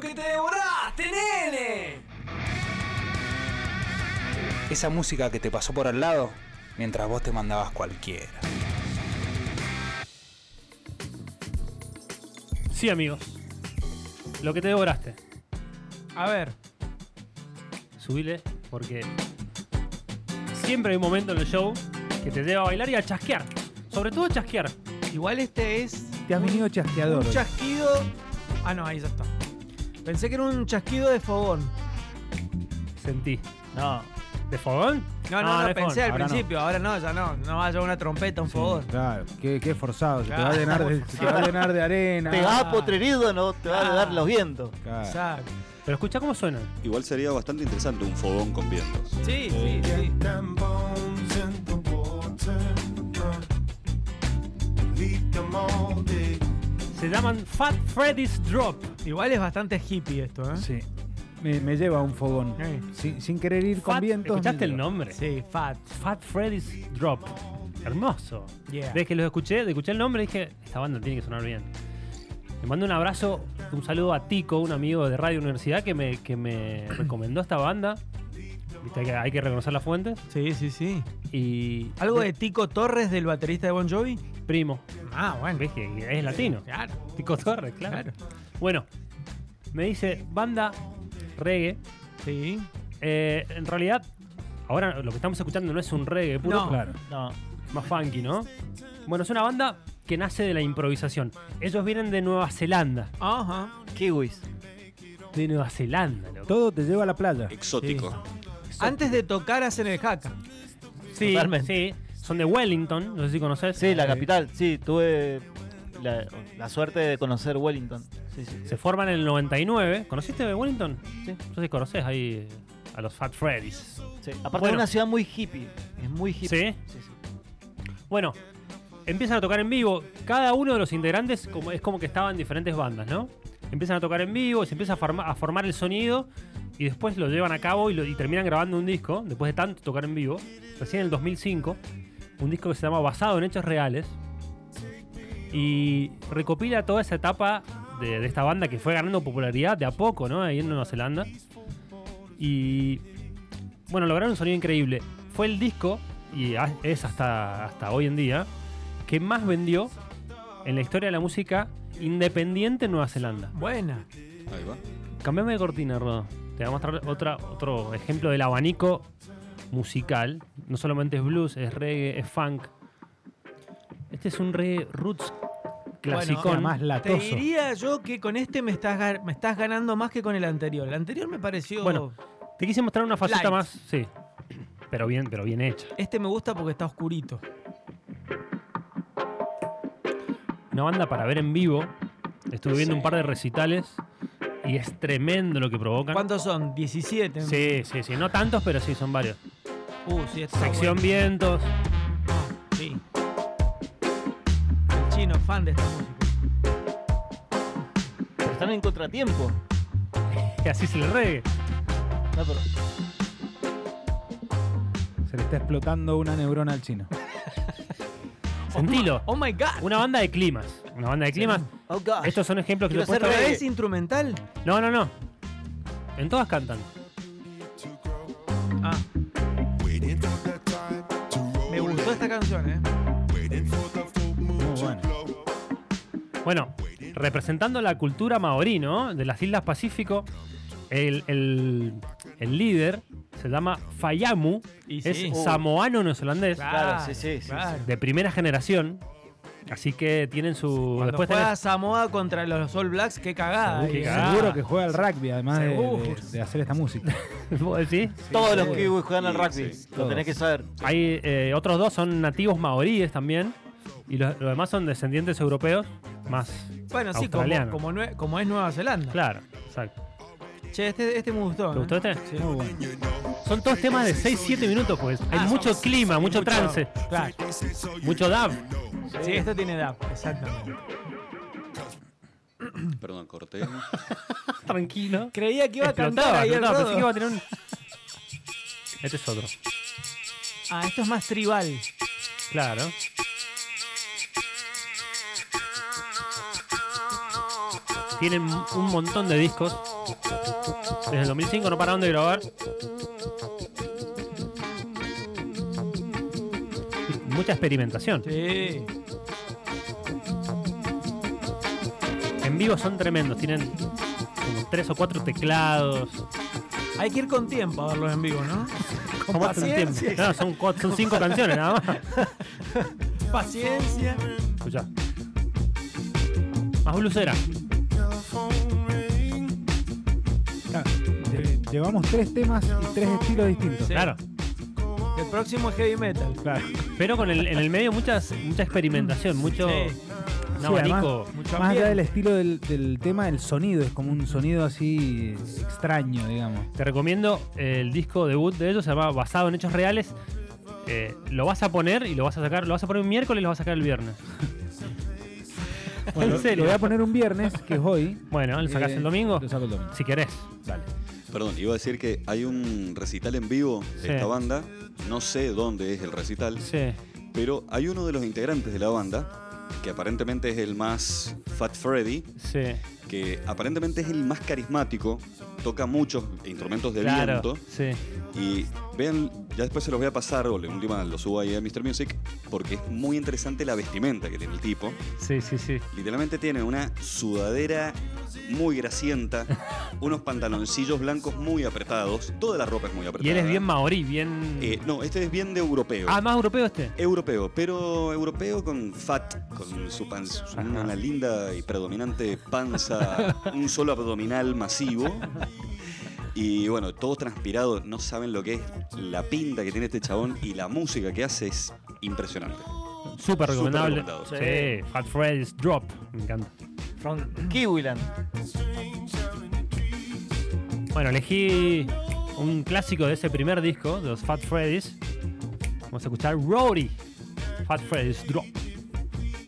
que te devoraste, nene. Esa música que te pasó por al lado mientras vos te mandabas cualquiera. Sí, amigos. Lo que te devoraste. A ver, Subile, porque siempre hay un momento en el show que te lleva a bailar y a chasquear. Sobre todo a chasquear. igual este es. Te has un- venido chasqueador. Un chasquido. Ah, no, ahí ya está. Pensé que era un chasquido de fogón. Sentí. No. ¿De fogón? Ah, No, no, no, de pensé fogón. al Ah, ahora no. principio, ahora no, ya no. No vaya una trompeta, un fogón. Claro, qué, qué forzado. se Claro. te, va a llenar de, se te va a llenar de arena. Te vas podrido, no te van a dar los vientos. Claro. Exacto. Pero escucha cómo suena. Igual sería bastante interesante un fogón con vientos. Sí, sí, sí. Se llaman Fat Freddy's Drop. Igual es bastante hippie esto, ¿eh? Sí. Me, me lleva a un fogón. Eh. Sin, sin querer ir con Fat- vientos. ¿Escuchaste me el lleva. nombre? Sí, fat. Fat Freddy's Drop. Hermoso. Yeah. Desde que los escuché, escuché el nombre y dije, esta banda tiene que sonar bien. Le mando un abrazo, un saludo a Tico, un amigo de Radio Universidad que me, que me recomendó esta banda. Viste, hay que, hay que reconocer las fuentes. Sí, sí, sí. Y. ¿Algo de Tico Torres del baterista de Bon Jovi? Primo. Ah, bueno. ¿Ves que es latino? Claro. Tico Torres, claro. Claro. Bueno, me dice banda reggae. Sí. Eh, en realidad, ahora lo que estamos escuchando no es un reggae puro. No. Claro. No, más funky, ¿no? Bueno, es una banda que nace de la improvisación. Ellos vienen de Nueva Zelanda. Ajá. Kiwis. De Nueva Zelanda, loco. Todo te lleva a la playa. Exótico. Antes de tocar hacen el jaca. Sí, sí. totalmente. Son de Wellington, no sé si conoces. Sí, la capital. Sí, tuve la, la suerte de conocer Wellington. Sí, sí. Se forman en el 99. ¿Conociste de Wellington? Sí. Entonces conoces ahí eh, a los Fat Freddy's. sí. Aparte Bueno. es una ciudad muy hippie. Es muy hippie. ¿Sí? Bueno, empiezan a tocar en vivo. Cada uno de los integrantes como, es como que estaban en diferentes bandas, ¿no? Empiezan a tocar en vivo, se empieza a, forma- a formar el sonido y después lo llevan a cabo y, lo- y terminan grabando un disco, después de tanto tocar en vivo, recién en el 2005, un disco que se llama Basado en Hechos Reales y recopila toda esa etapa de, de esta banda que fue ganando popularidad de a poco, ¿no? Ahí en Nueva Zelanda. Y bueno, lograron un sonido increíble. Fue el disco, y a- es hasta, hasta hoy en día, que más vendió en la historia de la música independiente en Nueva Zelanda. Buena. Ahí va. Cambiame de cortina, Rodo. Te voy a mostrar otra, otro ejemplo del abanico musical. No solamente es blues, es reggae, es funk. Este es un reggae roots clásico. Era más Te latoso. diría yo que con este me estás, ga- me estás ganando más que con el anterior. El anterior me pareció. Bueno. Te quise mostrar una faceta Light. más, sí. Pero bien, pero bien hecha. Este me gusta porque está oscurito. una banda para ver en vivo. Estuve viendo un par de recitales y es tremendo lo que provocan. ¿Cuántos son? 17. Sí, sí, sí. No tantos, pero sí, son varios. Uh, sí, está Sección Vientos. bueno. Ah, sí. El chino, fan de esta música. Pero están en contratiempo. Que así se le regue. No, pero Se le está explotando una neurona al chino. Sentilo. Oh my god. Una banda de climas. Una banda de climas. Oh, Ah, gosh. Estos son ejemplos que Quiero yo he puesto. ser ¿Pero reggae. es instrumental? No, no, no. En todas cantan. Ah, me gustó esta canción, ¿eh? Muy bueno. Bueno, representando la cultura maorí, ¿no? De las Islas Pacífico, el, el- el líder se llama Fayamu. Y es sí. samoano neozelandés. Claro, sí, sí, sí, claro. de primera generación. Así que tienen su. Cuando después juega tenés- Samoa contra los All Blacks, qué cagada. Qué ¿eh? cagada. Seguro que juega al rugby, además de, Seguro. de- de hacer esta música. ¿Vos decís? Todos Sí, los sí. kiwis juegan al Sí, rugby. sí, Lo tenés todos. que saber. Hay eh, otros dos son nativos maoríes también. Y los, los demás son descendientes europeos más Bueno, sí, como, australianos. como, nue- como es Nueva Zelanda. Claro, exacto. Che, este, este me gustó. ¿Te ¿eh? gustó este? Sí. Muy bueno. Son todos temas de 6-7 minutos, pues. Hay Ah, mucho son- clima, mucho, mucho- trance, Claro. mucho dab. Sí, esto tiene edad, exactamente. Perdón, corté. Tranquilo. Creía que iba a cantar Explotaba, ahí el explotaba, pensé rodo. que iba a tener un. Este es otro. Ah, esto es más tribal. Claro. Tienen un montón de discos. Desde el 2005 no pararon de grabar. Mucha experimentación. Sí. En vivo son tremendos. Tienen como tres o cuatro teclados. Hay que ir con tiempo a verlos en vivo, ¿no? Son cuatro en tiempo. paciencia. No, son, cua- son cinco canciones nada más. Paciencia. Escuchá. Más blusera. Ah, lle- Llevamos tres temas y tres estilos distintos. Sí. Claro. El próximo es heavy metal. Claro. Pero con el, en el medio muchas, mucha experimentación, mucho Sí. un Sí, abanico. Mucho Más allá ambiente. del estilo del, del tema, el sonido es como un sonido así extraño, digamos. Te recomiendo el disco debut de ellos, se llama Basado en Hechos Reales. Eh, lo vas a poner y lo vas a sacar, lo vas a poner un miércoles y lo vas a sacar el viernes. Bueno, en serio. Lo voy a poner un viernes, que es hoy. Bueno, ¿lo sacás Eh, el domingo? Lo saco el domingo. Si querés. Dale. Perdón, iba a decir que hay un recital en vivo de Sí. esta banda. No sé dónde es el recital, Sí. pero hay uno de los integrantes de la banda, que aparentemente es el más Fat Freddy, Sí. que aparentemente es el más carismático, toca muchos instrumentos de claro. viento. Sí. Y vean, ya después se los voy a pasar, o en última lo subo ahí a Mr. Music, porque es muy interesante la vestimenta que tiene el tipo. Sí, sí, sí. Literalmente tiene una sudadera muy grasienta, unos pantaloncillos blancos muy apretados, toda la ropa es muy apretada. Y él es bien maorí, bien. Eh, no, este es bien de europeo. ah, más europeo este. Europeo, pero europeo con fat, con su panza, Ajá. una linda y predominante panza, un solo abdominal masivo. Y bueno, todos transpirados, no saben lo que es la pinta que tiene este chabón y la música que hace es impresionante. Súper recomendable. recomendado. Sí. Fat Freddy's Drop. Me encanta. From Kiwiland. Bueno, elegí un clásico de ese primer disco, de los Fat Freddy's. Vamos a escuchar Rory. Fat Freddy's Drop.